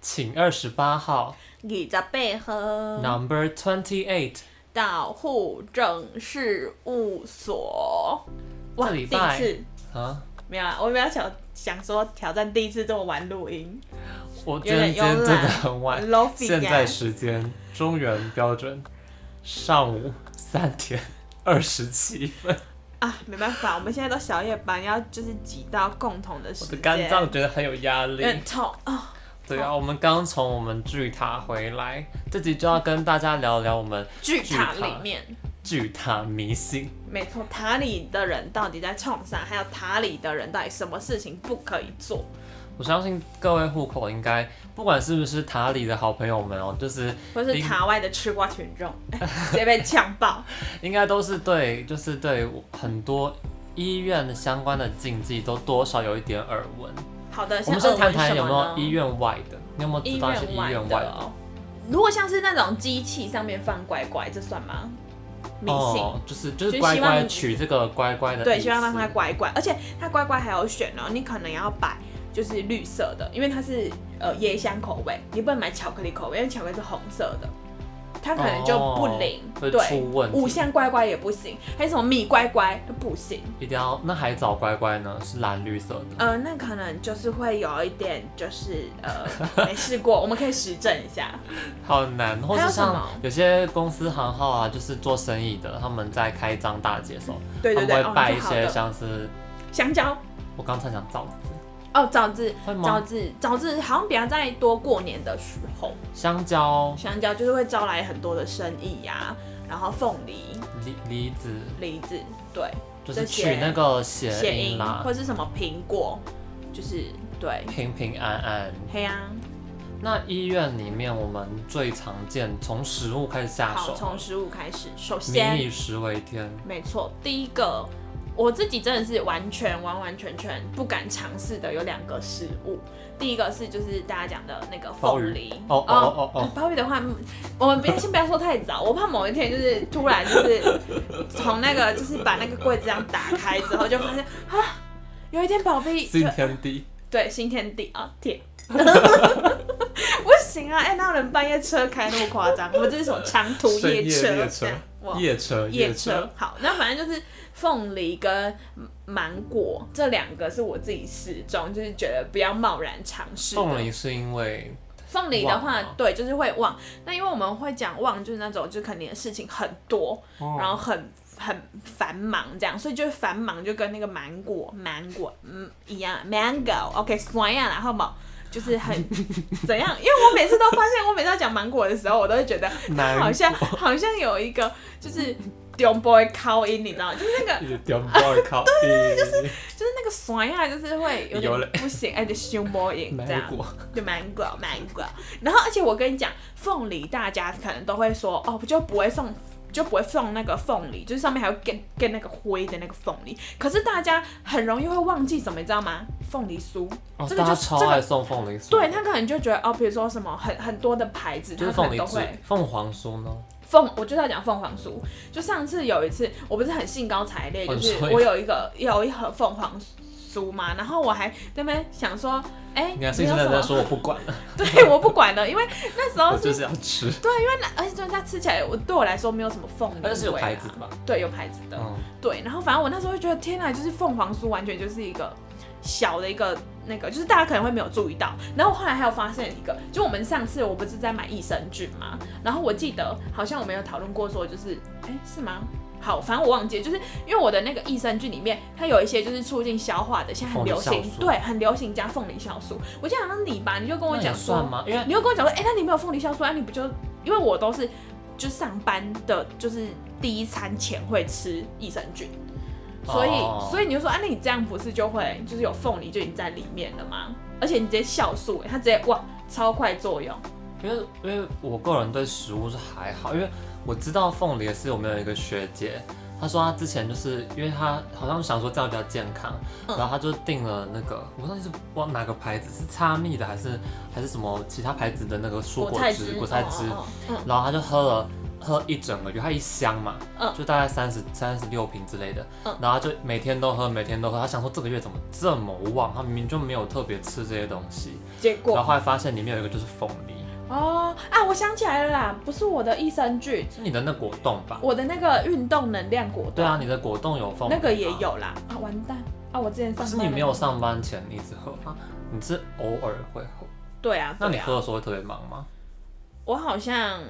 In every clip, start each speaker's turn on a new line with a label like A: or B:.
A: 请二十八号
B: 二十八号
A: ，Number Twenty Eight，
B: 到户政事务所。哇，
A: 这
B: 第
A: 礼
B: 一
A: 拜
B: 次
A: 啊，
B: 没有啊，我没有想想说挑战第一次这么晚录音，
A: 我今
B: 有点
A: 天今天
B: 慵
A: 真
B: 懒
A: 的很晚，
B: low
A: 现
B: fee
A: 在
B: 呀
A: 时间中原标准上午三点二十七分，
B: 啊，没办法，我们现在都小夜班，要就是挤到共同的时
A: 我
B: 间，
A: 的肝脏觉得很有压
B: 有
A: 力。
B: 点痛啊。
A: 对啊，我们刚从我们巨塔回来，这集就要跟大家聊聊我们
B: 剧塔
A: 巨塔
B: 里面，
A: 巨塔迷信。
B: 没错，塔里的人到底在冲啥？还有塔里的人到底什么事情不可以做？
A: 我相信各位户口应该，不管是不是塔里的好朋友们哦，就是
B: 或是塔外的吃瓜群众， 哎直接被呛爆。
A: 应该都是对，就是对很多医院相关的禁忌都多少有一点耳闻。
B: 好的，
A: 我们先
B: 像耳
A: 谈
B: 闻
A: 谈
B: 什
A: 有
B: 么
A: 没有
B: 呢？
A: 医院外的，你有没有
B: 医
A: 知道一些医
B: 院外
A: 院外
B: 的哦，如果像是那种机器上面放乖乖，这算吗？迷信。
A: 哦，就是就
B: 就是是
A: 乖
B: 希望
A: 乖
B: 你
A: 取这个乖乖的意思，
B: 对，希望让它乖乖，而且它乖乖还有选哦，你可能要摆就是绿色的，因为它是呃椰香口味，你不能买巧克力口味，因为巧克力是红色的，它可能就不灵。
A: 哦会
B: 对，
A: 出问题
B: 五香乖乖也不行，还有什么米乖乖都不行。
A: 一定要。那海藻乖乖呢？是蓝绿色的，
B: 呃，那可能就是会有一点，就是 呃没试过，我们可以实证一下。
A: 好难。或
B: 还有
A: 是
B: 什
A: 像
B: 么
A: 有些公司行号啊，就是做生意的，他们在开张大吉的时候，
B: 对对
A: 他
B: 对，
A: 们
B: 哦
A: 会，拜一
B: 这好
A: 些
B: 的。
A: 像是
B: 香蕉
A: 我刚才讲枣子，
B: 哦，枣子
A: 会，吗
B: 枣子，枣子好像比较在多过年的时候。
A: 香蕉、
B: 香蕉就是会招来很多的生意呀、然后凤梨、
A: 梨梨子，
B: 梨子，对，
A: 就是
B: 这些
A: 取那个谐
B: 谐
A: 音
B: 音
A: 啦
B: 或，是什么苹果，就是对，
A: 平平安安。
B: 黑啊，
A: 那医院里面我们最常见从食物开始下
B: 好，
A: 手，
B: 从食物开始，首
A: 民
B: 先，
A: 以食为天。
B: 没错，第一个。我自己真的是完全完完全全不敢尝试的有两个食物，第一个是就是大家讲的那个
A: 鲍鱼
B: 凤梨
A: 哦哦哦哦哦
B: 鲍鱼的话，嗯我们别先不要说太早，我怕某一天就是突然就是从那个就是把那个柜子这样打开之后，就发现啊，有一天宝贝就
A: 新天地，
B: 对新天地啊 天，不行啊！哎、那有人半夜车开那么夸张？我们这是什么长途
A: 深夜
B: 夜车？
A: 列车
B: 这样哇
A: 夜车
B: 夜车。好，那反正就是凤梨跟芒果这两个是我自己始终就是觉得不要贸然尝试的。
A: 凤梨是因为
B: 凤梨的话
A: 忘了，
B: 对，就是会忘。那因为我们会讲忘，就是那种就可能你的事情很多，
A: 哦
B: 然后很很繁忙这样，所以就是繁忙就跟那个芒果芒果嗯一样，mango，OK，、酸呀，然后嘛。就是很 怎样？因为我每次都发现，我每次要讲芒果的时候，我都会觉得它好像好像有一个就是中 boy 靠音，你知道吗？就是那个
A: 有点不好靠对，就是
B: 就是那个酸呀，就是会有
A: 有嘞
B: 点不行，哎，就胸 boy 音这样
A: 芒。果
B: 对，芒果，芒果。然后，而且我跟你讲，凤梨大家可能都会说，哦，就不会送，就不会送那个凤梨，就是上面还有跟跟那个灰的那个凤梨。可是大家很容易会忘记什么，你知道吗？凤梨酥。
A: 哦，
B: 这个
A: 大家
B: 就是
A: 超
B: 这个
A: 爱送凤梨酥，
B: 对，他可能就觉得哦，比如说什么很很多的牌子，
A: 就
B: 他
A: 是
B: 可
A: 凤
B: 能
A: 梨
B: 都
A: 汁
B: 会、
A: 凤凰酥呢，
B: 凤，我就在讲凤凰酥。就上次有一次，我不是很兴高采烈，
A: 哦
B: 就
A: 你
B: 是
A: 说
B: 我有一个有一盒凤凰酥嘛，然后我还在那边想说，哎、
A: 你看
B: 没
A: 信
B: 有
A: 誓旦
B: 什
A: 旦
B: 么，
A: 说我不管了，
B: 对，我不管了，因为那时候
A: 我
B: 是
A: 就是要 吃，
B: 而且就是它吃起来，我对我来说没有什么凤梨味、啊，
A: 但是有牌子的吧？
B: 对，有牌子的，
A: 嗯，
B: 对。然后反正我那时候就觉得，天哪，就是凤凰酥完全就是一个小的一个那个，就是大家可能会没有注意到。然后后来还有发现一个，就我们上次我不是在买益生菌嘛，然后我记得好像我们有讨论过说，就是哎、是吗？好，反正我忘记了，就是因为我的那个益生菌里面，它有一些就是促进消化的，现在很流
A: 凤梨
B: 行
A: 酵，素
B: 对，很流行加凤梨酵素。我记得好像你吧，你就跟我
A: 那也
B: 讲说
A: 算，吗？因为
B: 你又跟我讲说，哎、那你没有凤梨酵素啊？你不就因为我都是就上班的，就是第一餐前会吃益生菌，所以、
A: 哦
B: 所以你就说，啊，那你这样不是就会就是有凤梨就已经在里面了吗？而且你直接酵素、哎它直接哇超快作用，
A: 因为因为我个人对食物是还好，因为我知道凤梨是我们有一个学姐，她说她之前就是因为她好像想说这样比较健康，
B: 嗯
A: 然后她就订了那个我忘记是不知道哪个牌子是擦蜜的还是还是什么其他牌子的那个蔬果
B: 菜
A: 汁
B: 汁，
A: 果菜汁，
B: 哦哦哦嗯
A: 然后她就喝了喝一整个月，它一箱嘛，
B: 嗯
A: 就大概三十三十六瓶之类的，
B: 嗯
A: 然后他就每天都喝，每天都喝。他想说这个月怎么这么旺，他明明就没有特别吃这些东西，
B: 结
A: 然后
B: 果
A: 后来发现里面有一个就是凤梨，
B: 哦啊，我想起来了啦，不是我的益生菌，
A: 是你的那果冻吧？
B: 我的那个运动能量果
A: 对
B: 冻，
A: 啊，你的果冻有凤梨、
B: 那个也。有啦啊，完蛋啊，我之前上
A: 可
B: 班
A: 是你没有上班前一直喝吗？你是偶尔会喝？
B: 对啊，
A: 那你
B: 对啊
A: 喝的时候会特别忙吗？
B: 我好像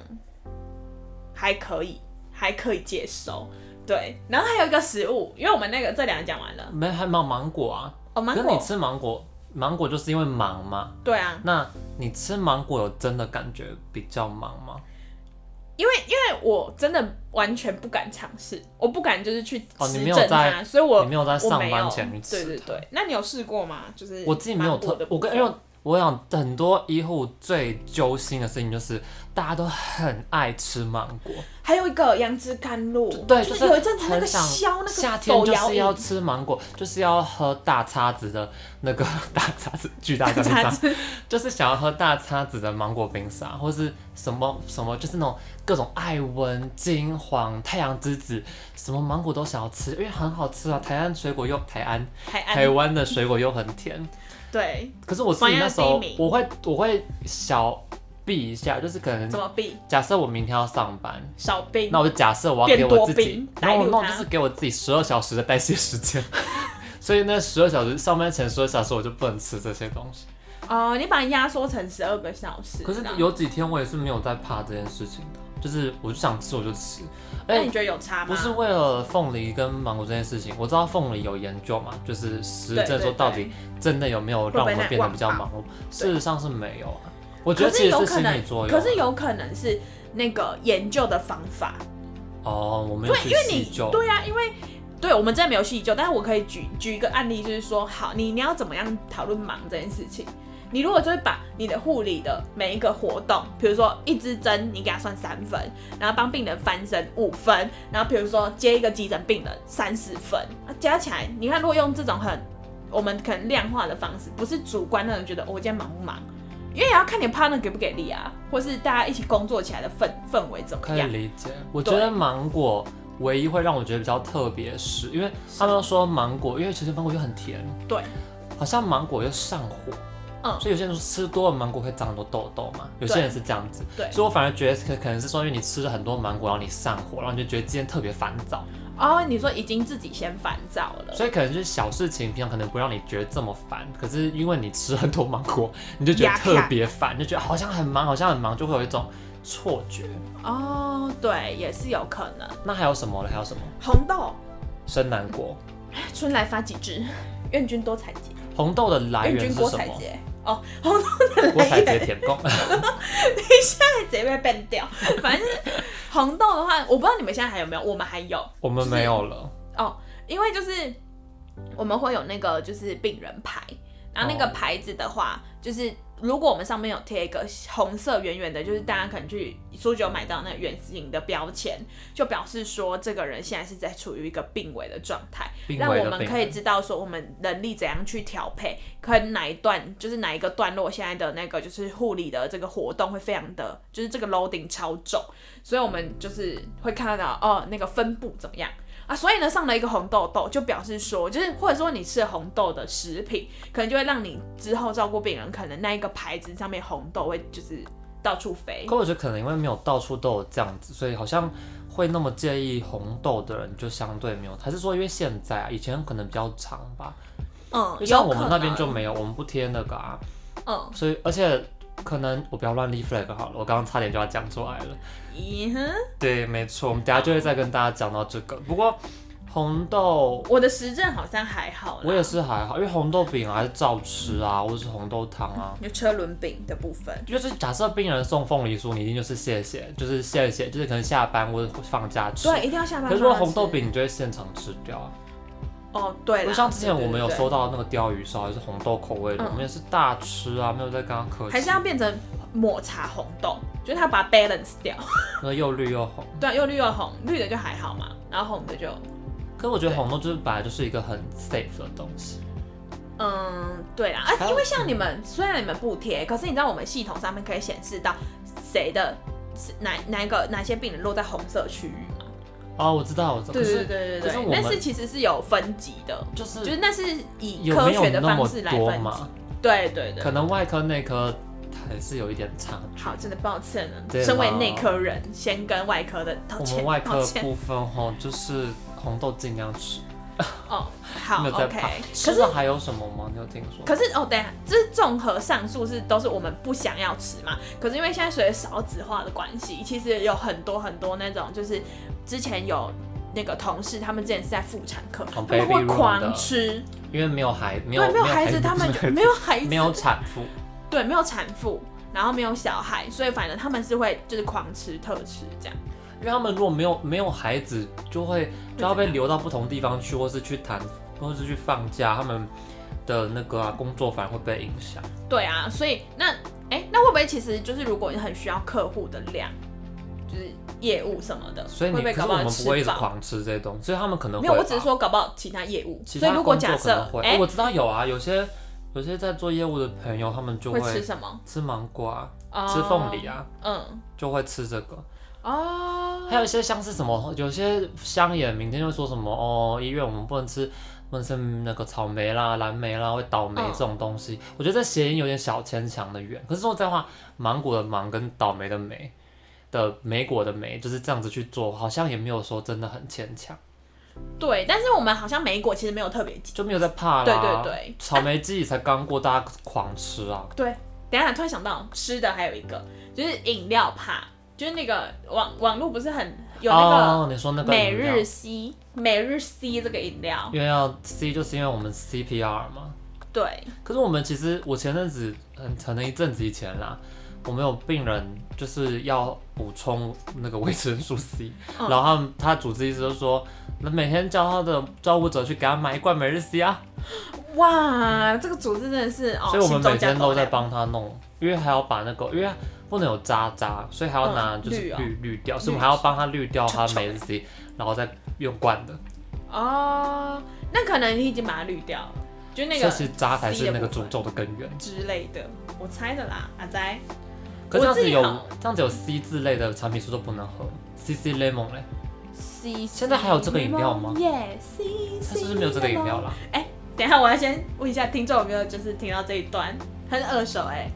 B: 还可以，还可以接受。对，然后还有一个食物，因为我们那个这两个讲完了，
A: 没，还忙芒果啊。
B: 哦，芒
A: 可是你
B: 果，
A: 吃芒果，芒果就是因为忙嘛。
B: 对啊，
A: 那你吃芒果有真的感觉比较忙吗？
B: 因为因为我真的完全不敢尝试，我不敢就是去
A: 哦你
B: 实
A: 没有
B: 证
A: 在
B: 它，啊所以我
A: 你没有在
B: 我
A: 上
B: 没
A: 班
B: 有
A: 前去吃
B: 对对
A: 它
B: 对，那你有试过吗？就是
A: 我自己没有
B: 芒果
A: 特
B: 的，部
A: 我跟
B: 分
A: 因为我想很多医护最揪心的事情就是大家都很爱吃芒果，
B: 还有一个杨枝甘露，
A: 对，
B: 就是有一阵子那个
A: 很想
B: 削那个
A: 夏天就
B: 手摇
A: 是要
B: 饮
A: 吃芒果，就是要喝大叉子的那个 大叉子巨大的冰
B: 叉
A: 沙，
B: 子，
A: 就是想要喝大叉子的芒果冰沙，或是什么什么，就是那种各种艾文、金黄、太阳之子，什么芒果都想要吃，因为很好吃啊。台湾水果又台湾，
B: 还
A: 台
B: 安
A: 湾的水果又很甜。
B: 对，
A: 可是我自己那时
B: 反而
A: 候
B: 第一名，
A: 我会我会小避一下，就是可能
B: 怎么避？
A: 假设我明天要上班，
B: 少冰
A: 那我就假设我要给
B: 变
A: 我
B: 多
A: 自己
B: 冰，
A: 然后我
B: 白鹿
A: 弄
B: 汤
A: 就是给我自己十二小时的代谢时间。 所以那十二小时上班前十二小时我就不能吃这些东西。
B: 哦，你把它压缩成十二个小时，
A: 可是
B: 这样，
A: 有几天我也是没有在怕这件事情的，就是我就想吃我就吃。
B: 那
A: 哎、
B: 你觉得有差吗？
A: 不是为了凤梨跟芒果这件事情，我知道凤梨有研究嘛，就是实
B: 对
A: 证说
B: 对
A: 到底真的有没有让我
B: 会不
A: 们
B: 会
A: 变得比较
B: 忘
A: 忙碌，事实上是没有啊。我觉
B: 可
A: 得
B: 是
A: 其实
B: 有
A: 是
B: 可
A: 心理
B: 能
A: 作，用
B: 可
A: 啊。
B: 是有可能是那个研究的方法，
A: 哦，我没有
B: 因为
A: 去
B: 因为
A: 细
B: 你
A: 究。
B: 对啊，因为对我们真的没有细究，但是我可以举举一个案例，就是说，好，你你要怎么样讨论忙这件事情？你如果就是把你的护理的每一个活动，比如说一支针，你给他算三分，然后帮病人翻身五分，然后比如说接一个急诊病人三十分，那加起来，你看如果用这种很我们可能量化的方式，不是主观让人觉得、哦我今天忙不忙，因为也要看你 partner 给不给力啊，或是大家一起工作起来的氛氛围怎么
A: 可以
B: 样。
A: 理解。我觉
B: 对
A: 得芒果唯一会让我觉得比较特别是，因为他们说芒果，因为其实芒果就很甜，
B: 对，
A: 好像芒果又上火。
B: 嗯
A: 所以有些人说吃多了芒果会长很多痘痘嘛，有些人是这样子，
B: 对
A: 所以我反而觉得可可能是说，因为你吃了很多芒果，然后你上火，然后你就觉得今天特别烦躁，
B: 哦，你说已经自己先烦躁了，
A: 所以可能就是小事情，平常可能不让你觉得这么烦，可是因为你吃很多芒果，你就觉得
B: 压
A: 特
B: 榨
A: 别烦，就觉得好像很忙，好像很忙，就会有一种错觉。
B: 哦，对，也是有可能。
A: 那还有什么呢？还有什么？
B: 红豆，
A: 生南果，
B: 春来发几枝，愿君多采撷，
A: 红豆的来
B: 愿
A: 源
B: 君
A: 是
B: 郭
A: 什
B: 采
A: 么？
B: 洁。哦，红豆的
A: 郭
B: 来
A: 采洁
B: 源
A: 舔 供，
B: 直接被变掉。反正就是红豆的话，我不知道你们现在还有没有，我们还有，
A: 我们没有了。
B: 哦，因为就是我们会有那个就是病人牌，然后那个
A: 哦
B: 牌子的话，就是如果我们上面有贴一个红色圆圆的，就是大家可能去书酒买到那个圆形的标签，就表示说这个人现在是在处于一个病危的状态，
A: 病
B: 让
A: 危
B: 我
A: 的
B: 们
A: 病
B: 可以
A: 人，
B: 知道说我们能力怎样去调配，可能哪一段就是哪一个段落现在的那个就是护理的这个活动会非常的，就是这个 loading 超重，所以我们就是会看到哦那个分布怎么样啊，所以呢上了一个红豆豆就表示说，就是或者说你吃了红豆的食品，可能就会让你之后照顾病人，可能那一个牌子上面红豆会就是到处飞
A: 可。我觉得可能因为没有到处都有这样子，所以好像会那么介意红豆的人就相对没有。还是说因为现在啊，以前可能比较长吧，
B: 嗯，
A: 就像
B: 有
A: 我
B: 可
A: 们那边
B: 能
A: 就没有，我们不贴那个啊，
B: 嗯，
A: 所以而且可能我不要乱立 flag 好了，我刚刚差点就要讲出来了。
B: 咦嗯哼，
A: 对，没错，我们等一下就会再跟大家讲到这个。不过红豆
B: 我的实证好像还好啦，
A: 我也是还好，因为红豆饼还是照吃啊，或者是红豆汤啊。
B: 有车轮饼的部分。
A: 就是假设病人送凤梨酥，你一定就是谢谢，就是谢谢，就是可能下班或者放假吃。
B: 对，一定要下班。
A: 可是如果红豆，饼，你就会现场吃掉啊。
B: 哦，对啦
A: 就像之前我们有收
B: 对
A: 到那个鲷鱼烧，也是红豆口味的，
B: 嗯
A: 我们也是大吃啊，没有在跟他客
B: 对对
A: 气。
B: 还是要变成抹茶红豆，就是它把它 balance 掉。
A: 那又绿又红。
B: 对啊，又绿又红，绿的就还好嘛，然后红的就，
A: 可是我觉得
B: 对
A: 红豆就是本来就是一个很 safe 的东西。
B: 嗯，对啦，啊，
A: 还有嗯
B: 因为像你们虽然你们不贴，可是你知道我们系统上面可以显示到谁的是哪哪一个哪些病人落在红色区域嘛？
A: 哦，我知道，我知道。
B: 对
A: 可
B: 对
A: 是
B: 对对
A: 可是
B: 对
A: 我，
B: 但
A: 们
B: 是其实是有分级的，
A: 就是
B: 就是那是以
A: 有
B: 科
A: 没有
B: 学的
A: 那
B: 方
A: 么
B: 式来
A: 多
B: 分级
A: 嘛。？
B: 对对对
A: 可，能外科内科还是有一点差距。
B: 好，真的抱歉了，
A: 对啦
B: 身为内科人，先跟外科的道
A: 我
B: 歉，
A: 们外
B: 道
A: 科
B: 歉。
A: 部分吼，就是红豆尽量吃，
B: 哦，好
A: 没有在
B: ，OK
A: 怕。。
B: 可
A: 吃
B: 是
A: 的还有什么吗？你有听说？
B: 可是哦，等一下，这综合上述是都是我们不想要吃嘛。可是因为现在随着少子化的关系，其实有很多很多那种，就是之前有那个同事，他们之前是在妇产科，他
A: 哦
B: 们
A: baby
B: 会
A: room 的
B: 狂吃，
A: 因为没有孩，没有哎
B: 对，没有孩子，他们就没有孩子，
A: 没有产妇，
B: 对，没有产妇，然后没有小孩，所以反正他们是会就是狂吃特吃这样。
A: 因为他们如果没有没有孩子，就会就要被留到不同地方去，或是去谈，或是去放假，他们的那个、啊、工作反而会被影响。
B: 对啊，所以那哎、那会不会其实就是如果你很需要客户的量，就是业务什么的，
A: 所以
B: 会
A: 你
B: 不会
A: 可
B: 搞
A: 是
B: 不
A: 我
B: 好
A: 们不会一
B: 吃
A: 直
B: 饱？
A: 狂吃这些东西，所以他们可能
B: 没
A: 会
B: 有，我只
A: 吧
B: 是说搞不好其他业务。
A: 其
B: 所以
A: 他
B: 如果
A: 工作
B: 假
A: 可能
B: 设
A: 会、
B: 哎、
A: 我知道有啊，有些有些在做业务的朋友，他们就
B: 会吃
A: 会
B: 什么？
A: 吃芒果啊，
B: 哦
A: 吃凤梨。啊，
B: 嗯
A: 就会吃这个。
B: 哦，
A: 还有一些像是什么，有些乡野民间就说什么哦，医院我们不能吃，不能吃那个草莓啦、蓝莓啦，会倒霉
B: 嗯
A: 这种东西。我觉得这谐音有点小牵强的远。可是说实在话，芒果的芒跟倒霉的霉的莓果的莓就是这样子去做，好像也没有说真的很牵强，
B: 对，但是我们好像美果其实没有特别记。
A: 就没有在怕啦。
B: 对对对
A: 草莓季才刚过，大家狂吃啊。
B: 对，等一下突然想到吃的还有一个就是饮料怕，就是那个网网络不是很有那
A: 哦，你说那
B: 个
A: 个
B: 每
A: 饮料
B: 日 C 每日 C 这个饮料，
A: 因为要 C 就是因为我们 CPR 嘛，
B: 对，
A: 可是我们其实，我前阵子很可能一阵子以前啦，我们有病人就是要补充那个维生素 C，、
B: 嗯
A: 然后他们他主治医师就说，那每天叫他的照顾者去给他买一罐每日 C 啊，
B: 哇，这个组织真的是哦，
A: 所以我们
B: 心中
A: 每
B: 加
A: 天
B: 狗
A: 都在
B: 粮
A: 帮他弄，因为还要把那个，因为不能有渣渣，所以还要拿
B: 嗯
A: 就是
B: 滤
A: 滤
B: 哦
A: 滤、掉，所以我们还要帮他滤掉他
B: 臭臭
A: 每日 C，然后再用罐的，
B: 哦，那可能你已经把它滤掉了，就那
A: 所
B: 个
A: 以其实渣才
B: C
A: 是
B: 的
A: 那个
B: 部分
A: 诅咒的根源。
B: 之类的，我猜的啦，阿仔。
A: 可是这样
B: 我自
A: 子
B: 己
A: 有
B: 好
A: 这样子有 C 字类的产品是不是都不能喝，CC lemon 嘞。
B: C
A: 现在还有这个饮料吗
B: 耶，C
A: 它是不是没有这个饮料？啦？
B: 等一下，我要先问一下听众有没有就是听到这一段，很耳熟哎、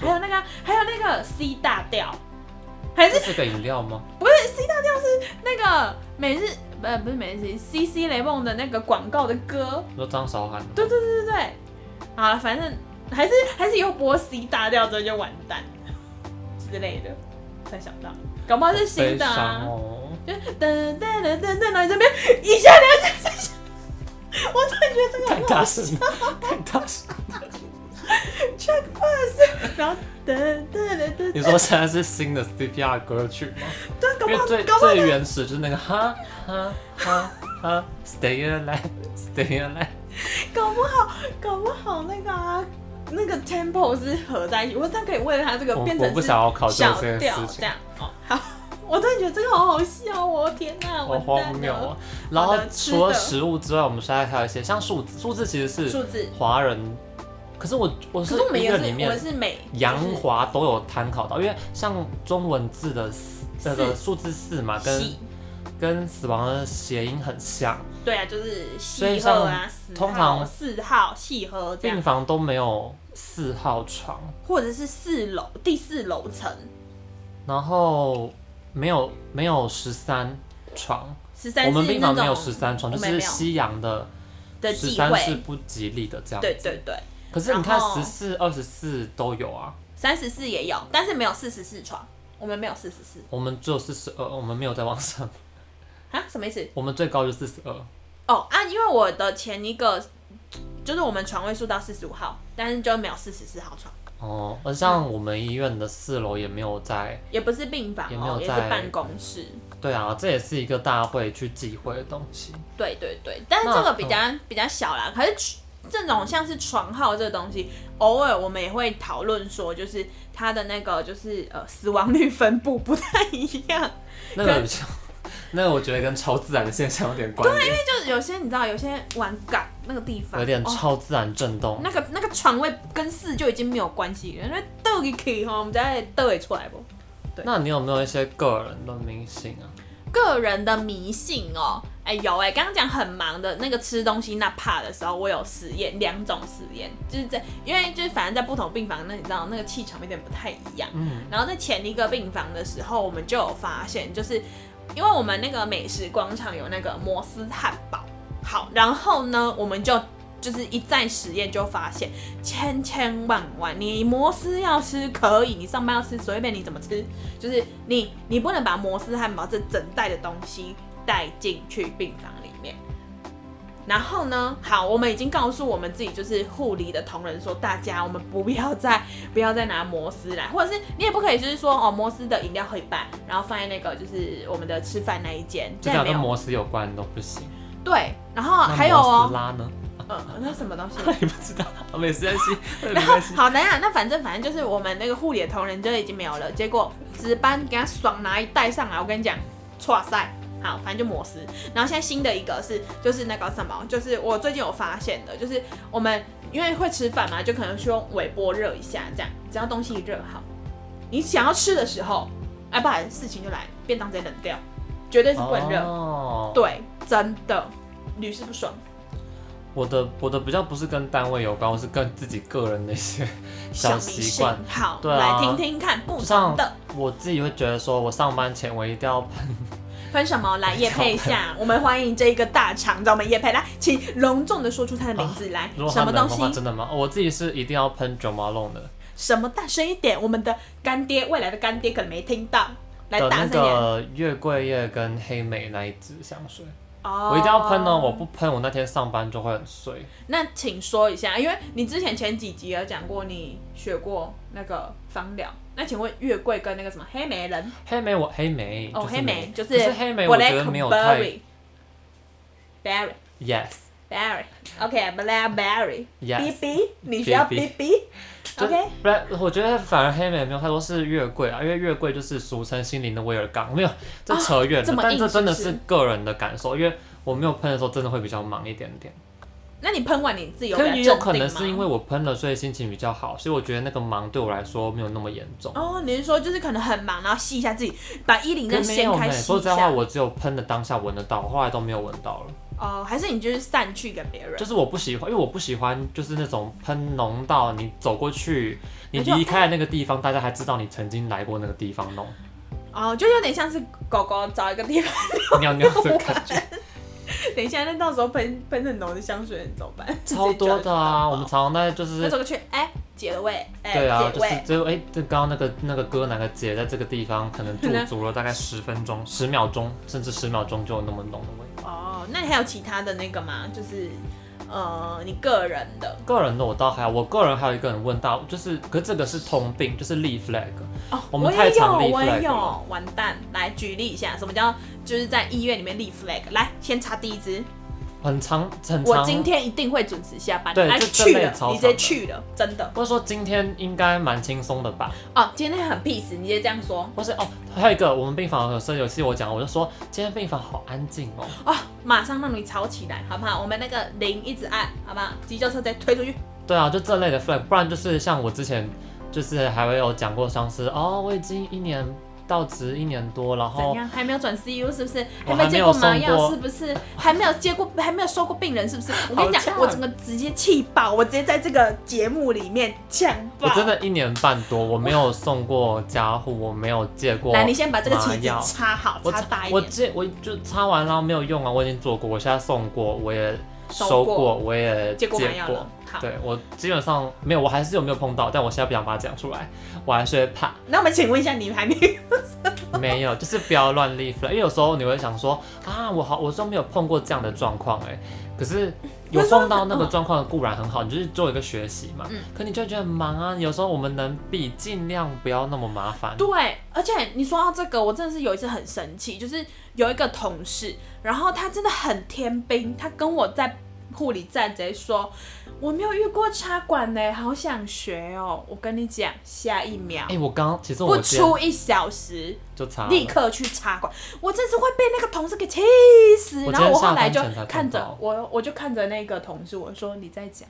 B: 还有那个，还有那个 C 大调，还
A: 这是
B: 是
A: 个饮料吗？
B: 不是 C 大调是那个每日呃不是每日 C C 雷梦的那个广告的歌，
A: 你说张韶涵的吗？
B: 对对对对对，好了，反正还是还是以后播 C 大调之后就完蛋之类的，才想到，搞不好是新
A: 悲
B: 的
A: 伤
B: 啊，
A: 哦。
B: 就是噔噔噔噔噔，然后这边一下两下三下，我真的觉得这个
A: 太
B: 很好
A: 大 声了，太大声了！
B: check pass，然后噔噔噔噔，
A: 你说现在是新的 CPR 歌曲 吗？
B: 对，搞
A: 因
B: 不好
A: 为最
B: 搞不好
A: 最原始就是那个哈哈哈哈 Stay alive，Stay alive。
B: 搞不好搞不好那个啊，那个 tempo 是合在一起，我真的可以为了他这个
A: 我
B: 变
A: 我
B: 成
A: 不
B: 是
A: 想要考究
B: 小
A: 这件
B: 调
A: 事
B: 这
A: 情
B: 样，哦，好，我真的觉得这个好好笑哦，天哪，
A: 好
B: 完
A: 荒
B: 蛋
A: 谬
B: 了
A: 啊！然后
B: 好的吃的
A: 除了食物之外，我们现在还有一些像数字，数字其实
B: 数
A: 是
B: 字。
A: 华人，可是我我
B: 可
A: 是
B: 是我们
A: 医
B: 也是，
A: 院里
B: 我
A: 面
B: 们是美
A: 洋华都有参考到，因为像中文字的四那个数字四嘛，
B: 就是
A: 跟
B: 喜，
A: 跟死亡的谐音很像，
B: 对啊，就是
A: 所以
B: 喜
A: 像
B: 贺啊，四
A: 通
B: 号
A: 常
B: 四号喜贺这
A: 病
B: 样，
A: 房都没有四号床，
B: 或者是四楼第四楼层
A: 然后没有没有十三床，
B: 十三，
A: 我
B: 是那
A: 们病房没有
B: 种
A: 十三床，
B: 我
A: 就
B: 们也
A: 是
B: 没有
A: 西洋的
B: 的
A: 十
B: 忌
A: 三是
B: 讳，
A: 不吉利的这样。
B: 对对对，
A: 可是你看
B: 然后
A: 十四、二十四都有啊，
B: 三十四也有，但是没有四十四床，我们没有四十四
A: 我们只有四十二，我们没有在往上，
B: 啊，什么意思？
A: 我们最高就四十二。
B: 哦啊，因为我的前一个就是我们床位数到四十五号，但是就没有四十四号床，
A: 哦，而像我们医院的四楼也没有在，
B: 也不是病房
A: 也没
B: 哦
A: 有，
B: 也是
A: 在
B: 办公室。
A: 对啊，这也是一个大会去忌讳的东西。
B: 对对对，但是
A: 那哦
B: 这个比较、比较小啦。可是这种像是床号这个东西，偶尔我们也会讨论说，就是它的那个就是呃死亡率分布不太一样。
A: 那个比较，那个我觉得跟超自然的现象有点关联，
B: 就是有些你知道，有些玩港那个地方
A: 有点
B: 哦
A: 超自然震动。
B: 那个那哦个床位跟四就已经没有关系了，那倒一去吼，我们再倒会出来不？对
A: 那你有没有一些个人的明星啊？
B: 个人的迷信哦，哎、有哎、刚刚讲很忙的那个吃东西那怕的时候，我有实验两种实验，就是在因为就是反正在不同病房，那你知道那个气场有点不太一样。
A: 嗯，
B: 然后在前一个病房的时候，我们就有发现，就是因为我们那个美食广场有那个摩斯汉堡，好，然后呢，我们就就是一再实验就发现，千千万万，你摩斯要吃可以，你上班要吃随便你怎么吃，就是你你不能把摩斯汉堡这整袋的东西带进去病房里面。然后呢？好，我们已经告诉我们自己就是护理的同仁说，大家我们不要再不要再拿摩斯来，或者是你也不可以就是说哦，摩斯的饮料喝一半，然后放在那个就是我们的吃饭那一间，
A: 就
B: 这样
A: 讲
B: 没
A: 跟
B: 有
A: 摩斯有关的都不行。
B: 对。然后
A: 那
B: 还有
A: 摩
B: 哦
A: 斯，拉呢？
B: 呃， 那什么东西？
A: 你不知 道，没事没 事，没
B: 然后
A: 关系。
B: 好难啊，那反正反正就是我们那个护理的同仁就已经没有了，结果值班给他爽拿一袋上来，我跟你讲，哇塞！好，反正就摩斯。然后现在新的一个是，就是那个什么，就是我最近有发现的，就是我们因为会吃饭嘛，就可能去用微波热一下，这样只要东西一热好，你想要吃的时候，哎，不然事情就来，便当直接冷掉，绝对是不能热。
A: 哦，
B: 对，真的屡试不爽。
A: 我的我的比较不是跟单位有关，我是跟自己个人的一些 小
B: 迷
A: 习
B: 信
A: 惯。
B: 好，
A: 对啊
B: 来听听看不
A: 就
B: 同
A: 像
B: 的。
A: 我自己会觉得说，我上班前我一定要
B: 分什么来夜配一下？我们欢迎这一个大厂找我们夜配来，请隆重的说出它的名字来，
A: 啊如果
B: 什
A: 他
B: 么
A: 们的
B: 东
A: 话，
B: 西，
A: 真的吗？我自己是一定要喷九毛龙的
B: 什么大声一点，我们的干爹未来的干爹可能没听到，来
A: 的那
B: 大声一点。
A: 个月桂叶跟黑莓那一支香水，
B: 哦
A: 我一定要喷哦！我不喷，我那天上班就会很衰。
B: 那请说一下，因为你之前前几集有讲过你学过那个芳疗，那请问月桂跟那个什么黑莓人
A: 黑莓我黑莓
B: 哦，黑莓
A: 就
B: 就是
A: 可是黑莓我觉得没有太
B: blackberry berry
A: yes
B: berry OK blackberry
A: yes
B: B B 你需要 B B
A: 就
B: OK
A: 不然，我觉得反而黑莓没有太多是月桂啊，因为月桂就是俗称心灵的威尔刚，没有这扯远
B: 啊这
A: 了，
B: 么
A: 但
B: 硬
A: 这真的
B: 是不
A: 是
B: 是
A: 个人的感受，因为我没有喷的时候真的会比较忙一点点，
B: 那你喷完你自己有
A: 可
B: 比较
A: 是也
B: 镇定
A: 有
B: 吗
A: 可能是因为我喷了，所以心情比较好，所以我觉得那个忙对我来说没有那么严重。
B: 哦，你是说就是可能很忙，然后吸一下自己，把衣领
A: 可
B: 再
A: 是没有
B: 掀开
A: 呢，
B: 吸
A: 说
B: 一
A: 实在话，
B: 下。
A: 我只有喷的当下闻得到，后来都没有闻到了。
B: 哦，还是你就是散去给别人
A: 就。是我不喜欢，因为我不喜欢就是那种喷浓到你走过去，你
B: 我就
A: 离开了那个地方，大家还知道你曾经来过那个地 方弄
B: 哦，就有点像是狗狗找一个地方，
A: 尿尿的感觉。
B: 等一下，那到时候喷喷很浓的香水怎么办？
A: 超多的啊！我们
B: 直
A: 常常在就
B: 接
A: 是
B: 叫人家抱那走过去，哎，解了味，哎，
A: 对啊，
B: 解
A: 就是
B: 味。
A: 就哎，这刚刚那个那个哥哪个姐在这个地方可能驻足了大概十分钟、十秒钟，甚至十秒钟就有那么浓的味道。
B: 哦，那你还有其他的那个吗？就是呃，你个人的
A: 个人的我倒还好，我个人还有一个人问到，就是可是这个是通病，就是 leaf flag。
B: 哦，
A: 我
B: 我
A: 们太
B: 也有，
A: 常立
B: 我
A: flag
B: 也
A: 了
B: 有，完蛋！来举例一下，什么叫就是在医院里面立 flag？来，先插第一支，
A: 很长很
B: 我
A: 长。
B: 今天一定会准时下班，
A: 对
B: 来
A: 这真
B: 去
A: 的也
B: 了
A: 超，
B: 你直接
A: 长的
B: 去了，真的。
A: 或者说今天应该蛮轻松的吧，
B: 哦，今天很 peace，你直接这样说
A: 或是哦，还有一个我们病房有舍友，其实我讲，我就说今天病房好安静哦，
B: 哦，马上让你吵起来，好不好？我们那个铃一直按，好不好？急救车直接推出去。
A: 对啊，就这类的 flag，不然就是像我之前就是还会有讲过，像是哦，我已经一年到职一年多，然
B: 怎
A: 后
B: 样？还没有转 CU 是不是？
A: 我
B: 没有接过麻
A: 哦还没有送过
B: 药是不是？还没有接过，还没有收过病人是不是？我跟你
A: 好
B: 讲，
A: 呛
B: 我整个直接气爆，我直接在这个节目里面呛爆。
A: 我真的一年半多，我没有送过家护，我没有借过麻
B: 来，
A: 药，
B: 你先把这个旗子插好，
A: 我
B: 插大一
A: 我
B: 点。
A: 借我就擦完然后没有用啊，我已经做过，我现在送过，我也
B: 收
A: 收
B: 过
A: 过，我也
B: 接过麻药
A: 过
B: 了，好。
A: 对我基本上没有，我还是有没有碰到，但我现在不想把它讲出来，我还是会怕。
B: 那我们请问一下，你还没
A: 没有，就是不要乱立 flag，因为有时候你会想说啊，我好，我都没有碰过这样的状况哎，可是有碰到那个状况固然很好，你就是做一个学习嘛，
B: 嗯
A: 可你就会觉得很忙啊，有时候我们能避，尽量不要那么麻烦。
B: 对，而且你说到这个，我真的是有一次很生气，就是有一个同事，然后他真的很天兵，他跟我在护理站直接说，我没有遇过插管呢、好想学哦。我跟你讲，下一秒
A: 哎、。我刚刚其实我
B: 不
A: 今天
B: 出一小时，
A: 就查了，
B: 立刻去插管，我真是会被那个同事给气死。
A: 我
B: 然
A: 今
B: 后
A: 天
B: 我
A: 下
B: 后来
A: 班
B: 就
A: 前才碰
B: 看着
A: 到
B: 我，我就看着那个同事，我说你在讲，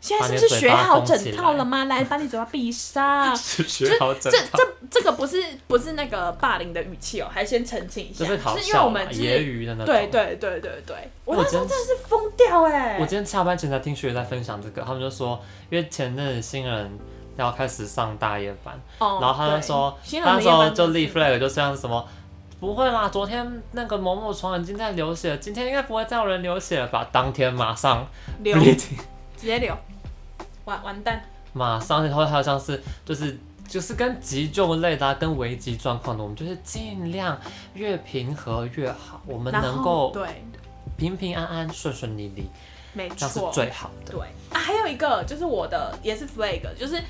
B: 现在
A: 把
B: 是
A: 你
B: 不
A: 的嘴
B: 是学
A: 巴
B: 好
A: 封起
B: 整套
A: 来
B: 了 吗？来，把你嘴巴闭上。
A: 是
B: 就
A: 学好整
B: 这
A: 套，
B: 这这个不是不是那个霸凌的语气哦，还先澄清一下，
A: 就是好
B: 因为我
A: 笑嘛，
B: 们
A: 揶
B: 是，
A: 揄的那种。
B: 对对对对对，我
A: 我
B: 那时候
A: 真
B: 真的是疯掉哎、
A: 我今天下班前才听学姐在分享这个，他们就说，因为前阵子新人要开始上大夜班，
B: 哦
A: 然后他就
B: 对
A: 说，
B: 新
A: 他那
B: 人的
A: 时
B: 夜
A: 候
B: 班
A: 就
B: 真的
A: 立
B: 是
A: flag 就像什么。不会啦，昨天那个某某床已经在流血，今天应该不会再有人流血了吧？当天马上
B: 流，
A: bleeding，
B: 直接流，完完蛋，
A: 马上，然后还有像是就是就是跟急救类的、啊、跟危机状况的，我们就是尽量越平和越好，我们
B: 然
A: 能够
B: 后对，
A: 平平安安、顺顺利利，
B: 没
A: 这样是
B: 错，
A: 最好的。
B: 对啊，还有一个就是我的也是 flag，就是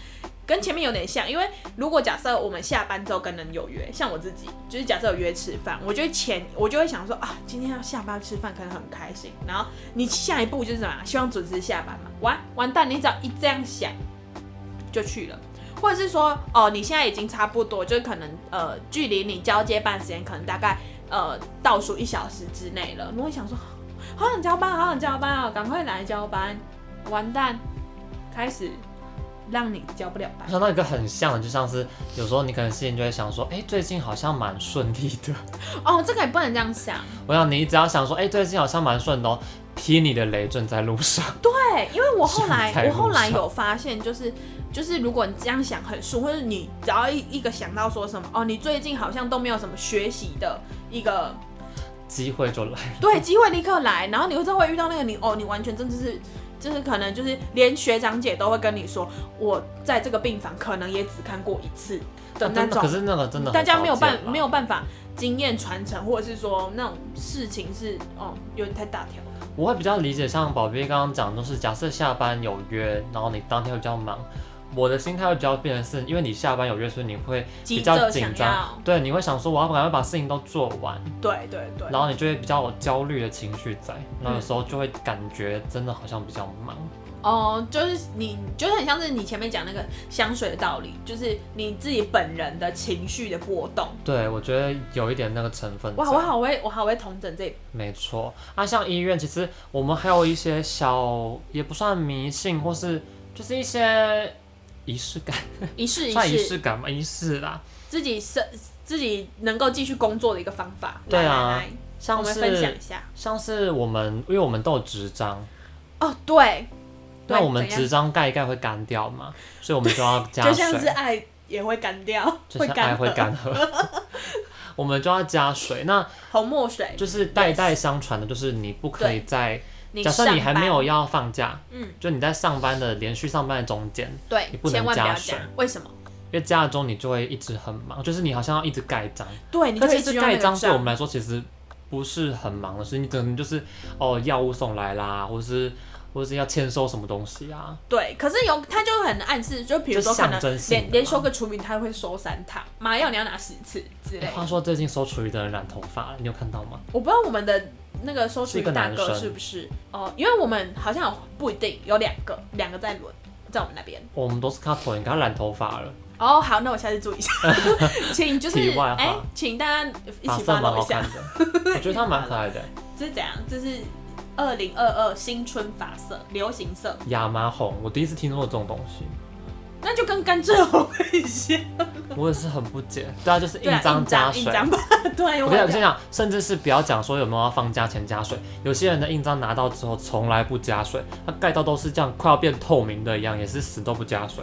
B: 跟前面有点像，因为如果假设我们下班之后跟人有约，像我自己就是假设有约吃饭，我就会前我就会想说啊，今天要下班吃饭可能很开心，然后你下一步就是什么，希望准时下班嘛，完完蛋，你只要一这样想就去了。或者是说，哦，你现在已经差不多，就是可能呃，距离你交接班时间可能大概呃倒数一小时之内了。你会想说，好想交班，好想交班哦，赶快来交班，完蛋，开始让你交不了班
A: 我。想到一个很像的，就像是有时候你可能心里就会想说，哎、最近好像蛮顺利的。
B: 哦，这个也不能这样想，
A: 我想你只要想说，哎、最近好像蛮顺的哦，劈你的雷正在路上。
B: 对，因为我后来
A: 现在
B: 我后来
A: 路上
B: 有发现，就是就是如果你这样想很顺，或者你只要一一个想到说什么，哦，你最近好像都没有什么学习的一个
A: 机会就来了，
B: 对，机会立刻来，然后你会真的会遇到那个你哦，你完全真的是，就是可能就是连学长姐都会跟你说，我在这个病房可能也只看过一次，
A: 但
B: 那
A: 啊真的
B: 种
A: 可是那个真的很
B: 大家
A: 少
B: 没有办
A: 见啦
B: 没有办法经验传承，或者是说那种事情是哦有点太大条了，
A: 我会比较理解，像宝贝刚刚讲，就是假设下班有约，然后你当天会比较忙，我的心态会比较变成是，因为你下班有约，所以你会
B: 急
A: 比
B: 着
A: 较
B: 想
A: 紧
B: 要
A: 张，，对，你会想说我要赶快把事情都做完，
B: 对对对，
A: 然后你就会比较有焦虑的情绪在，然后有
B: 嗯
A: 时候就会感觉真的好像比较忙，
B: 哦，就是你，就是很像是你前面讲那个香水的道理，就是你自己本人的情绪的波动。
A: 对我觉得有一点那个成分
B: 哇，
A: 在
B: 我好会，我好会同整这一
A: 没错，啊，像医院，其实我们还有一些小，也不算迷信，或是就是一些仪式感，
B: 一试一
A: 算仪
B: 试，
A: 式感嘛，仪式啦，
B: 自己生自己能够继续工作的一个方法。
A: 对啊
B: 来来来，我
A: 像
B: 们分享
A: 是
B: 一下。
A: 像是我们，因为我们都有纸张，
B: 哦，对，对
A: 那我们
B: 怎样
A: 纸张盖一盖会干掉嘛，所以我们就要加
B: 就像是
A: 水，
B: 爱也会干掉，
A: 就像爱
B: 干
A: 会
B: 涸，
A: 干涸， 我们就要加水。那
B: 红墨水。
A: 就是代代相传的，就是你不可以在
B: 你
A: 假设你
B: 上
A: 还没
B: 班
A: 有要放假，
B: 嗯，
A: 就你在上班的连续上班的中间，
B: 对
A: 你，不能
B: 千万不
A: 加
B: 要
A: 水
B: 讲，为什么？
A: 因为加了之后你就会一直很忙，就是你好像要一直盖章。
B: 对，你
A: 但
B: 就
A: 其
B: 一直
A: 实
B: 用那
A: 盖
B: 个
A: 章对我
B: 章
A: 们来说其实不是很忙的事，你可能就是哦药物送来啦，或是或是要签收什么东西啊，
B: 对，可是有他就很暗示，就比如
A: 就
B: 说可
A: 象
B: 能
A: 征性的
B: 连连
A: 嘛
B: 收个厨余，他会收三趟，麻药你要拿十次之类
A: 欸、话
B: 的。
A: 说最近收厨余的人染头发，你有看到吗？
B: 我不知道我们的那个收厨
A: 是一
B: 余
A: 个
B: 大
A: 男
B: 哥
A: 生
B: 是不是哦、因为我们好像有不一定有两个，两个在轮在我们那边。
A: 我们都是看头，你看他染头发了，
B: 哦，好，那我下次注意一下， 请就是
A: 题外话
B: 哎、请大家一
A: 发
B: 起
A: 色
B: 发
A: 蛮
B: 露一
A: 好看
B: 下，
A: 的，我觉得他蛮可爱的，
B: 这是怎样？这是二零二二新春发色流行色，
A: 亚麻红，我第一次听说这种东西，
B: 那就跟甘蔗红很像，
A: 我也是很不解，对啊，就是 印
B: 对啊，
A: 章
B: 印
A: 加
B: 章印
A: 水。
B: 章吧， 对，
A: 我
B: 我
A: 跟你讲，我
B: 有
A: 跟你
B: 讲
A: 讲，甚至是不要讲说有没有要放假前加水，有些人的印章拿到之后从来不加水，他盖到都是这样快要变透明的一样，也是死都不加水，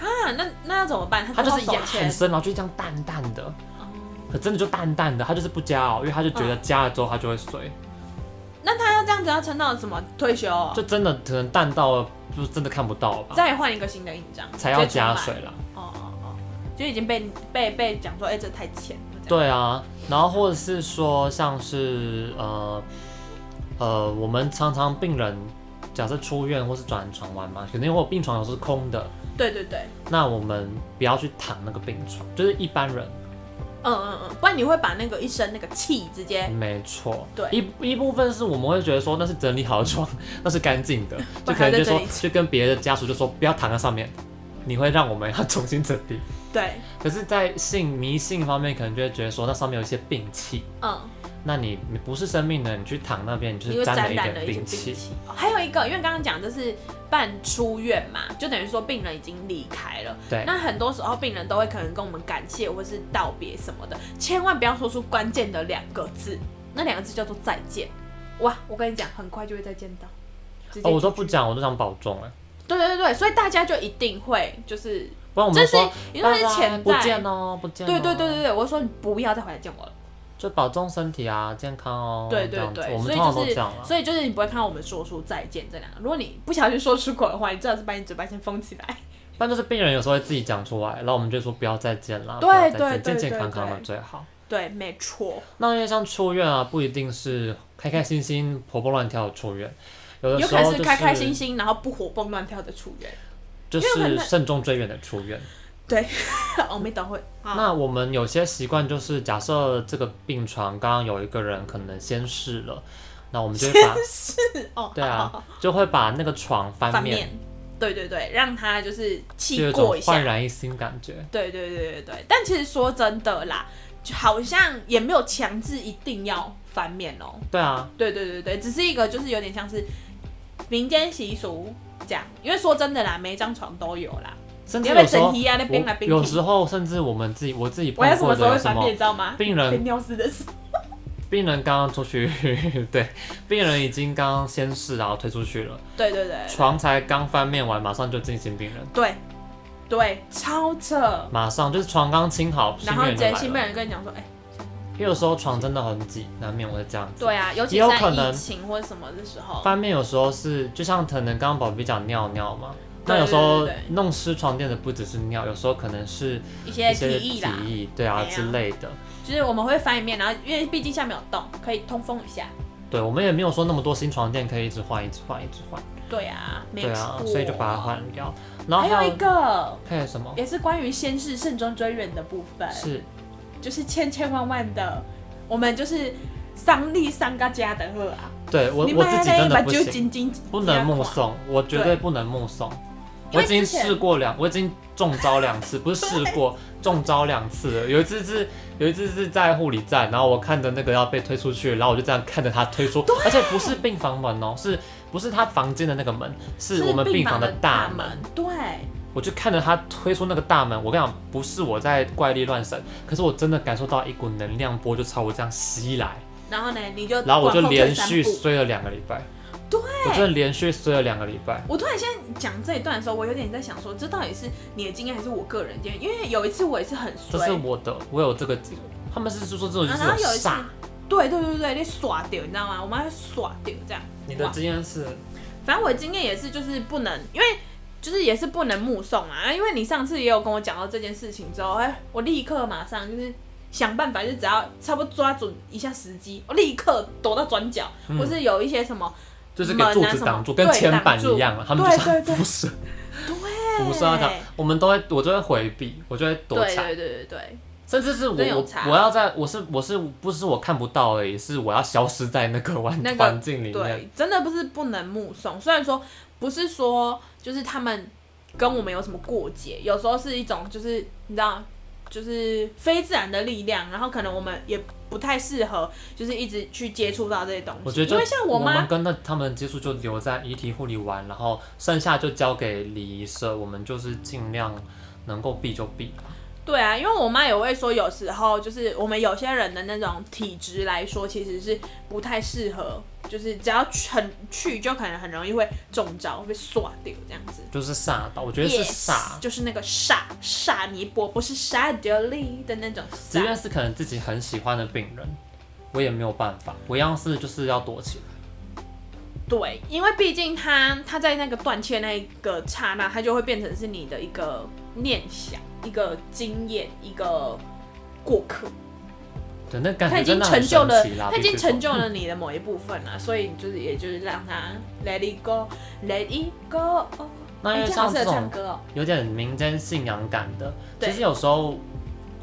B: 啊，那那要怎么办？
A: 他就是
B: 只好手
A: 压
B: 牵
A: 很深，然后就这样淡淡的，
B: 哦
A: 可真的就淡淡的，他就是不加哦，因为他就觉得加了之后他就会碎，
B: 那他要这样子要撑到什么退休、哦？
A: 就真的可能淡到了就真的看不到了吧，
B: 再换一个新的印章
A: 才要
B: 直接重
A: 加
B: 买
A: 水啦。
B: 哦哦哦，就已经被被被讲说，哎、这太浅了。这样，
A: 对啊，然后或者是说像是呃呃，我们常常病人假设出院或是转床完嘛，肯定我病床有时是空的，
B: 对对对，
A: 那我们不要去躺那个病床，就是一般人
B: 嗯嗯嗯，不然你会把那个一身那个气直接，
A: 没错。
B: 对
A: 一一部分是我们会觉得说那是整理好的床， 那是干净的，
B: 不
A: 就可
B: 然
A: 能就
B: 还在
A: 说
B: 整理
A: 就跟别的家属就说不要躺在上面，你会让我们要重新整理。
B: 对，
A: 可是，在性迷信方面，可能就会觉得说那上面有一些病气，
B: 嗯，
A: 那你你不是生病的，你去躺那边，你就
B: 因
A: 是
B: 为
A: 沾
B: 沾
A: 了一
B: 染了
A: 点
B: 一些
A: 病
B: 病
A: 气。
B: 气。哦还有一个，因为刚刚讲就是半出院嘛，就等于说病人已经离开了。
A: 对
B: 那很多时候病人都会可能跟我们感谢或是道别什么的，千万不要说出关键的两个字，那两个字叫做再见。哇，我跟你讲，很快就会再见到。直接
A: 哦，我都
B: 进
A: 不
B: 去。
A: 讲，我都想保重哎，
B: 对对对，所以大家就一定会就是，
A: 不然我们
B: 这
A: 就是说
B: 因为
A: 拜
B: 是
A: 拜
B: 潜
A: 不
B: 在。
A: 见哦，不见、哦。
B: 对对对对，对，我说你不要再回来见我了。
A: 就保重身体啊，健康哦。
B: 对
A: 这
B: 对
A: 样子
B: 对，
A: 我们
B: 所
A: 通
B: 以
A: 常都
B: 就
A: 这
B: 是
A: 样啊。
B: 所以就是你不会看到我们说出再见这两个。如果你不小心说出口的话，你最好是把你嘴巴先封起 来。
A: 但就是病人有时候会自己讲出来，然后我们就说不要再见啦，
B: 对
A: 不要再
B: 对
A: 见
B: 对
A: 健健
B: 对
A: 康康的
B: 对
A: 最好。
B: 对，没错，
A: 那因为像出院啊，不一定是开开心心、活蹦乱跳的出院，有的
B: 有
A: 时
B: 可能
A: 候就是
B: 开开心，心，然后不活蹦乱跳的出院。
A: 就
B: 因为很
A: 是
B: 多
A: 慎重追远的出院。
B: 我们等会啊，
A: 那我们有些习惯就是，假设这个病床刚刚有一个人可能先逝了，那我们 就会把
B: 哦，
A: 对
B: 好好好
A: 啊，就会把那个床翻
B: 反
A: 面，
B: 面，对对对，让他就是
A: 就有
B: 气
A: 一种
B: 过一
A: 焕
B: 下。
A: 然一新感觉。
B: 对对对对对，但其实说真的啦，就好像也没有强制一定要翻面哦、
A: 对啊，
B: 对对对对，只是一个就是有点像是民间习俗这样，因为说真的啦，每一张床都有啦。
A: 甚
B: 你
A: 至
B: 要不要
A: 有时
B: 整
A: 候
B: 皮啊？那边来
A: 我
B: 边
A: 有时候甚至我们自己我自己
B: 我
A: 碰
B: 要什
A: 过
B: 么时
A: 的有
B: 候会
A: 什
B: 翻
A: 么
B: 面，你知道吗？
A: 病
B: 被
A: 人
B: 尿湿的事。
A: 病人刚刚出去， 对，病人已经刚刚先逝，然后推出去了，
B: 对对对
A: 床才刚翻面完，马上就进行病人，
B: 对对，超扯。
A: 马上就是床刚清好，新
B: 然后
A: 病人
B: 直
A: 就
B: 接新病
A: 来了。
B: 人跟你讲说，哎、
A: 因为有时候床真的很挤，难免会这样子。
B: 对啊，尤其
A: 也有
B: 在
A: 可
B: 疫
A: 能
B: 情或者什么的时候，
A: 翻面有时候是，就像可能刚刚宝贝讲尿尿嘛，那
B: 对
A: 有时候
B: 对对
A: 弄湿床垫的不只是尿，有时候可能是
B: 一些
A: 一
B: 提
A: 些
B: 议啦，
A: 体对啊
B: 哎呀
A: 之类的。
B: 就是我们会翻一面，然后因为毕竟下面有洞，可以通风一下。
A: 对，我们也没有说那么多新床垫可以一直换，一直换，一直换。
B: 对啊，没
A: 对啊，
B: 错
A: 所以就把它。换掉。然后
B: 还
A: 还
B: 有一个
A: 还有什么？
B: 也是关于先是慎终追远的部分，
A: 是
B: 就是千千万万的，我们就是上力上个家的货啊。
A: 对我
B: 你
A: 我自己真的
B: 把
A: 不
B: 酒
A: 行，
B: 紧紧
A: 不能目送，我绝对
B: 对
A: 不能目送。
B: 因
A: 我
B: 为
A: 已经
B: 之前
A: 试过两，我已经中招两次，不是试过，中招两次了。有一次是有一次是在护理站，然后我看着那个要被推出去，然后我就这样看着他推出，而且不是病房门哦，是不是他房间的那个门，是我们病
B: 房
A: 房的大
B: 大
A: 门。。
B: 对，
A: 我就看着他推出那个大门，我跟你讲，不是我在怪力乱神，可是我真的感受到一股能量波就朝我这样袭来，
B: 然后呢，你就
A: 然后我就
B: 呃往退
A: 连
B: 三
A: 续
B: 步
A: 衰了两个礼拜。
B: 对
A: 我真的连续衰了两个礼拜。
B: 我突然现在讲这一段的时候，我有点在想说，这到底是你的经验还是我个人经验？因为有一次我也是很
A: 这是
B: 衰，
A: 我的，我有这个，他们是说这种就
B: 啊
A: 是
B: 然后有一次
A: 煞。，
B: 对对对对，你耍掉，你知道吗？我妈会耍掉这样。
A: 你的经验是，
B: 反正我的经验也是，就是不能，因为就是也是不能目送啊。因为你上次也有跟我讲到这件事情之后，哎、我立刻马上就是想办法，就只要差不多抓准一下时机，我立刻躲到转角，
A: 嗯
B: 或是有一些什么，
A: 就是给
B: 门啊
A: 柱子挡住，
B: 什么
A: 跟
B: 对
A: 铅板
B: 挡住
A: 一样了，啊他们就
B: 对
A: 像
B: 对对
A: 辐射，
B: 对
A: 辐射那样，我们都会，我就会回避，我就会躲
B: 对
A: 起来，
B: 对对对对，
A: 甚至是我
B: 真有
A: 我
B: 差
A: 我要在，我是我是不是我看不到而已，是我要消失在那个环
B: 那个
A: 环境里面，
B: 对，真的不是不能目送。虽然说不是说就是他们跟我们有什么过节，有时候是一种就是你知道，就是非自然的力量，然后可能我们也不太适合，就是一直去接触到这些东西。
A: 我觉得就
B: 因为像
A: 我
B: 妈
A: 们，跟那他们接触就留在遗体护理完，然后剩下就交给礼仪社，我们就是尽量能够避就避。
B: 对啊，因为我妈也会说，有时候就是我们有些人的那种体质来说，其实是不太适合，就是只要去很去就可能很容易会中招，被刷掉这样子。
A: 就是煞到，我觉得是
B: Yes，
A: 煞
B: 就是那个煞煞尼波，不是沙德利的那种
A: 即
B: 煞。
A: 便是可能自己很喜欢的病人，我也没有办法，我一样是就是要躲起来。
B: 对，因为毕竟他他在那个断切那一个刹那，他就会变成是你的一个念想、一个经验、一个过客。
A: 对，那感
B: 他
A: 觉
B: 已经
A: 真的
B: 成
A: 很
B: 就
A: 神
B: 了
A: 奇啦，，
B: 他已经成
A: 就
B: 就了你的某一部分了，所以就是也就是让他 let it go，let it go。
A: 那因
B: 哎
A: 为
B: 这好
A: 像
B: 适
A: 这
B: 合唱
A: 种
B: 歌哦。
A: 有点民间信仰感的，
B: 对
A: 其实有时候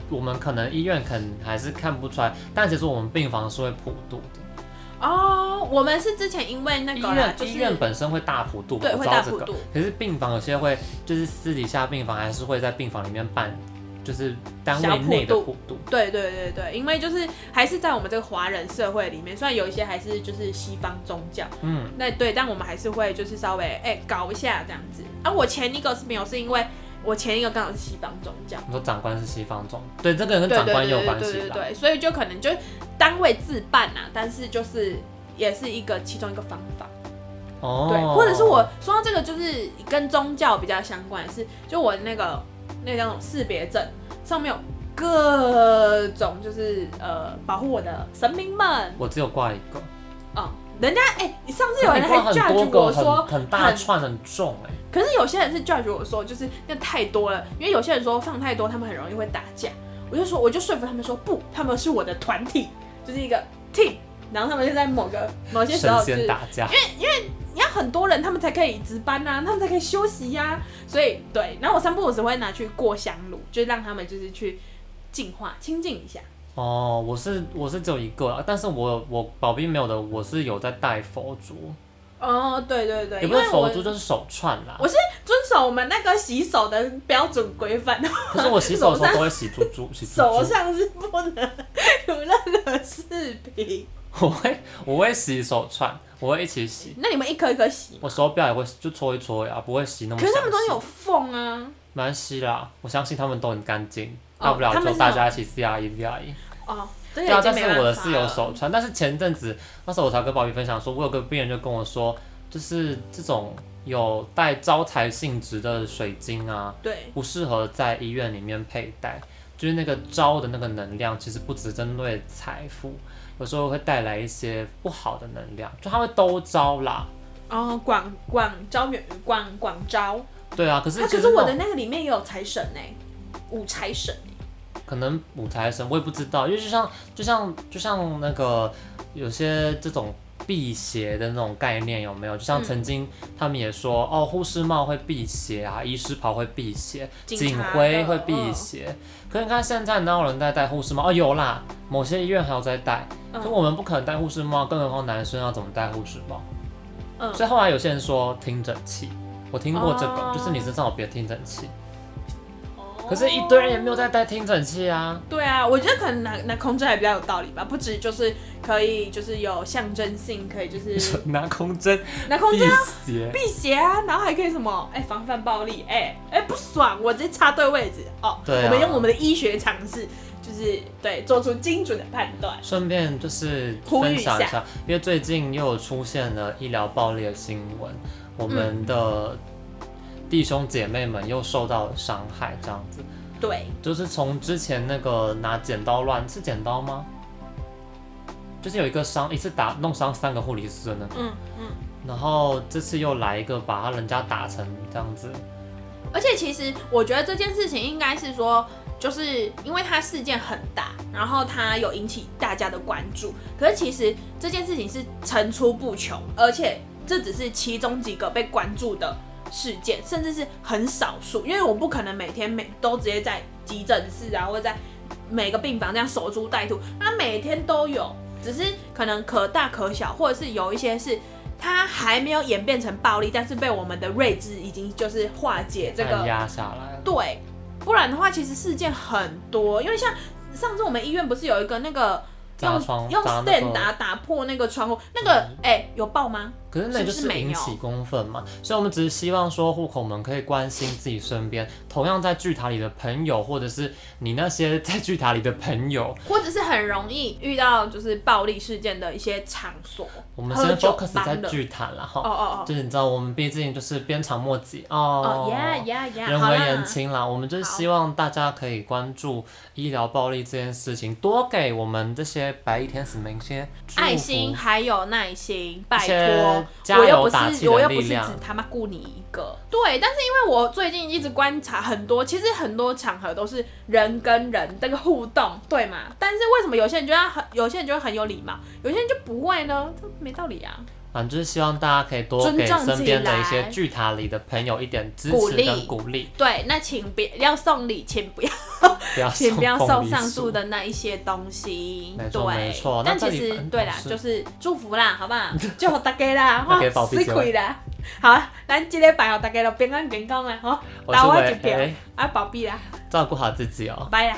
A: 我们可能医院可能还是看不出来，但其实我们病房是会普渡的，
B: 哦，我们是之前因为那
A: 医
B: 个啦
A: 院、
B: 就是
A: 医院本身会大普渡嘛，
B: 对
A: 我
B: 会
A: 知道
B: 大
A: 这
B: 普
A: 个
B: 渡，
A: 可是病房有些会就是私底下病房还是会在病房里面办就是单位内的
B: 小普
A: 普渡。
B: 对对对对，因为就是还是在我们这个华人社会里面，虽然有一些还是就是西方宗教，
A: 嗯，
B: 那对，但我们还是会就是稍微哎、搞一下这样子。啊，我前一个是没有，是因为我前一个刚好是西方宗教，
A: 你说长官是西方总，对，这个跟
B: 对
A: 长
B: 对
A: 官也
B: 对
A: 有
B: 对
A: 关
B: 对
A: 系
B: 对
A: 啦。
B: 对，所以就可能就单位自办啊，但是就是也是一个其中一个方法。
A: 哦，
B: 对，或者是我说到这个，就是跟宗教比较相关的是，就我那个那个叫什么识别证上面有各种就是呃保护我的神明们，
A: 我只有挂一个，
B: 嗯，人家哎、你上次有 人
A: 你
B: 还
A: 挂很
B: judge
A: 多
B: 我
A: 个，
B: 说
A: 很很大串，很重哎、
B: 可是有些人是 judge 我说就是那太多了，因为有些人说放太多，他们很容易会打架。我就说，我就说服他们说不，他们是我的团体，就是一个 team，然后他们就在某个某些时
A: 神
B: 候就是
A: 仙打架，
B: 你要很多人，他们才可以值班呐、他们才可以休息呀、所以对，然后我散步我只会拿去过香炉，就让他们就是去净化、清净一下。
A: 哦，我是我是只有一个啦，但是我我保庇没有的，我是有在戴佛珠，
B: 哦，对对对，
A: 也
B: 因
A: 不是
B: 为我
A: 佛珠，就是手串啦
B: 我。遵守我们那个洗手的标准规范，
A: 可是我洗手的时候都会洗珠 珠，洗珠珠，
B: 手上是不能有任何饰品。
A: 我会我会洗手串，我会一起洗。
B: 那你们一颗一颗洗，
A: 我手表也会就搓一搓呀，不会洗那么
B: 可
A: 详
B: 是
A: 细。
B: 他们都有缝啊。
A: 蛮洗啦，我相信他们都很干净，
B: 哦
A: 大不了
B: 他们
A: 就是大家一起 C R E V R E。
B: 哦，这个
A: 对啊
B: 已，经
A: 但
B: 没
A: 是
B: 办法
A: 我的
B: 了。
A: 室友手串，但是前阵子那时候我才跟宝玉分享说，我有个病人就跟我说，就是这种有带招财性质的水晶啊，
B: 对，
A: 不适合在医院里面佩戴，就是那个招的那个能量，其实不只针对财富，有时候会带来一些不好的能量，就它会兜招啦。
B: 哦，广广招远广广招。
A: 对啊，可是
B: 他可
A: 就是是
B: 我
A: 那
B: 的
A: 种
B: 那个里面也有财神呢、五财神、
A: 可能五财神我也不知道，因为就像就像就像那个有些这种。辟邪的那种概念有没有？就像
B: 嗯
A: 曾经他们也说，哦，护士帽会辟邪啊，医师袍会辟邪，
B: 警
A: 警
B: 察
A: 徽
B: 的嗯
A: 会辟邪。可是你看现在哪有人在戴护士帽？哦，有啦，某些医院还有在戴。
B: 嗯
A: 可我们不可能戴护士帽，更何况男生要怎么戴护士帽？
B: 嗯
A: 所以后来有些人说听诊器，我听过这个，
B: 哦
A: 就是你身上有别的听诊器，可是一堆人也没有在戴听诊器啊。
B: 对啊，我觉得可能拿拿空针还比较有道理吧，不止就是可以就是有象征性，可以就
A: 你 说
B: 是
A: 拿空针
B: 拿空
A: 辟
B: 针啊
A: 邪，
B: 辟邪啊，然后还可以什么哎、防范暴力，哎、哎、不爽，我直接插对位置哦。
A: 对啊
B: 我们用我们的医学常识，就是对做出精准的判断。
A: 顺便就是
B: 呼吁
A: 分享
B: 一
A: 一下，因为最近又有出现了医疗暴力的新闻，我们的弟兄姐妹们又受到了伤害，这样子。
B: 对，
A: 就是从之前那个拿剪刀乱是剪刀吗？就是有一个伤一次打弄伤三个护理师的那个，
B: 嗯嗯。
A: 然后这次又来一个把他人家打成这样子，
B: 而且其实我觉得这件事情应该是说，就是因为它事件很大，然后它有引起大家的关注。可是其实这件事情是层出不穷，而且这只是其中几个被关注的事件，甚至是很少数。因为我不可能每天每都直接在急诊室啊，或者在每个病房这样守株待兔，那每天都有，只是可能可大可小，或者是有一些是。它还没有演变成暴力，但是被我们的睿智已经就是化解哎这个
A: 按压下来了。
B: 对，不然的话，其实事件很多，因为像上次我们医院不是有一个那个
A: 砸
B: 用
A: 窗
B: 用
A: 砸那
B: stand
A: 个，嗯
B: 打打破那个窗户，那个哎、有爆吗？
A: 可是那
B: 是不
A: 就是是
B: 没有
A: 引起公愤嘛，所以我们只是希望说户口们可以关心自己身边同样在剧塔里的朋友，或者是你那些在剧塔里的朋友，
B: 或者是很容易遇到就是暴力事件的一些场所，
A: 我们
B: 喝
A: 先
B: 酒
A: focus
B: 帮
A: 在
B: 的
A: 剧塔啦哈。
B: 哦哦哦
A: 就是你知道，我们毕竟就是鞭长莫及哦。
B: 哦呀呀呀，
A: 人
B: 好
A: 为
B: 啦
A: 言轻啦，我们就是希望大家可以关注医疗暴力这件事情，多给我们这些白衣天使们一些祝福
B: 爱心。还有耐心，拜
A: 一
B: 托
A: 些，加
B: 我又
A: 油
B: 不
A: 打气
B: 是
A: 的
B: 我又不
A: 力
B: 是
A: 量
B: 只他妈顾你一个。对，但是因为我最近一直观察很多，其实很多场合都是人跟人这个互动，对嘛？但是为什么有些人就要很，有些人就会很有礼貌，有些人就不会呢？这没道理啊！
A: 反正就是希望大家可以多
B: 尊
A: 给
B: 重
A: 身边的一
B: 自己
A: 些
B: 来
A: 剧塔里的朋友一点支
B: 鼓
A: 持
B: 励
A: 跟鼓励，
B: 对，那请别要送礼，请不要，
A: 不 要
B: 请不要
A: 送
B: 送
A: 凤梨
B: 上
A: 酥
B: 述。的那一些东西
A: 没。错没
B: 对
A: 错，
B: 但
A: 那这
B: 其
A: 里
B: 实
A: 嗯
B: 对啦，
A: 是
B: 就是祝福啦，好 不好？祝福大家啦，
A: 大家保庇
B: 死
A: 就好
B: 亏啦！好，咱这礼拜哦，大家都平安健康啦，吼。
A: 我是
B: 打我
A: 伟
B: 一票
A: 哎
B: 啊，宝贝啦，
A: 照顾好自己哦。
B: 拜啦。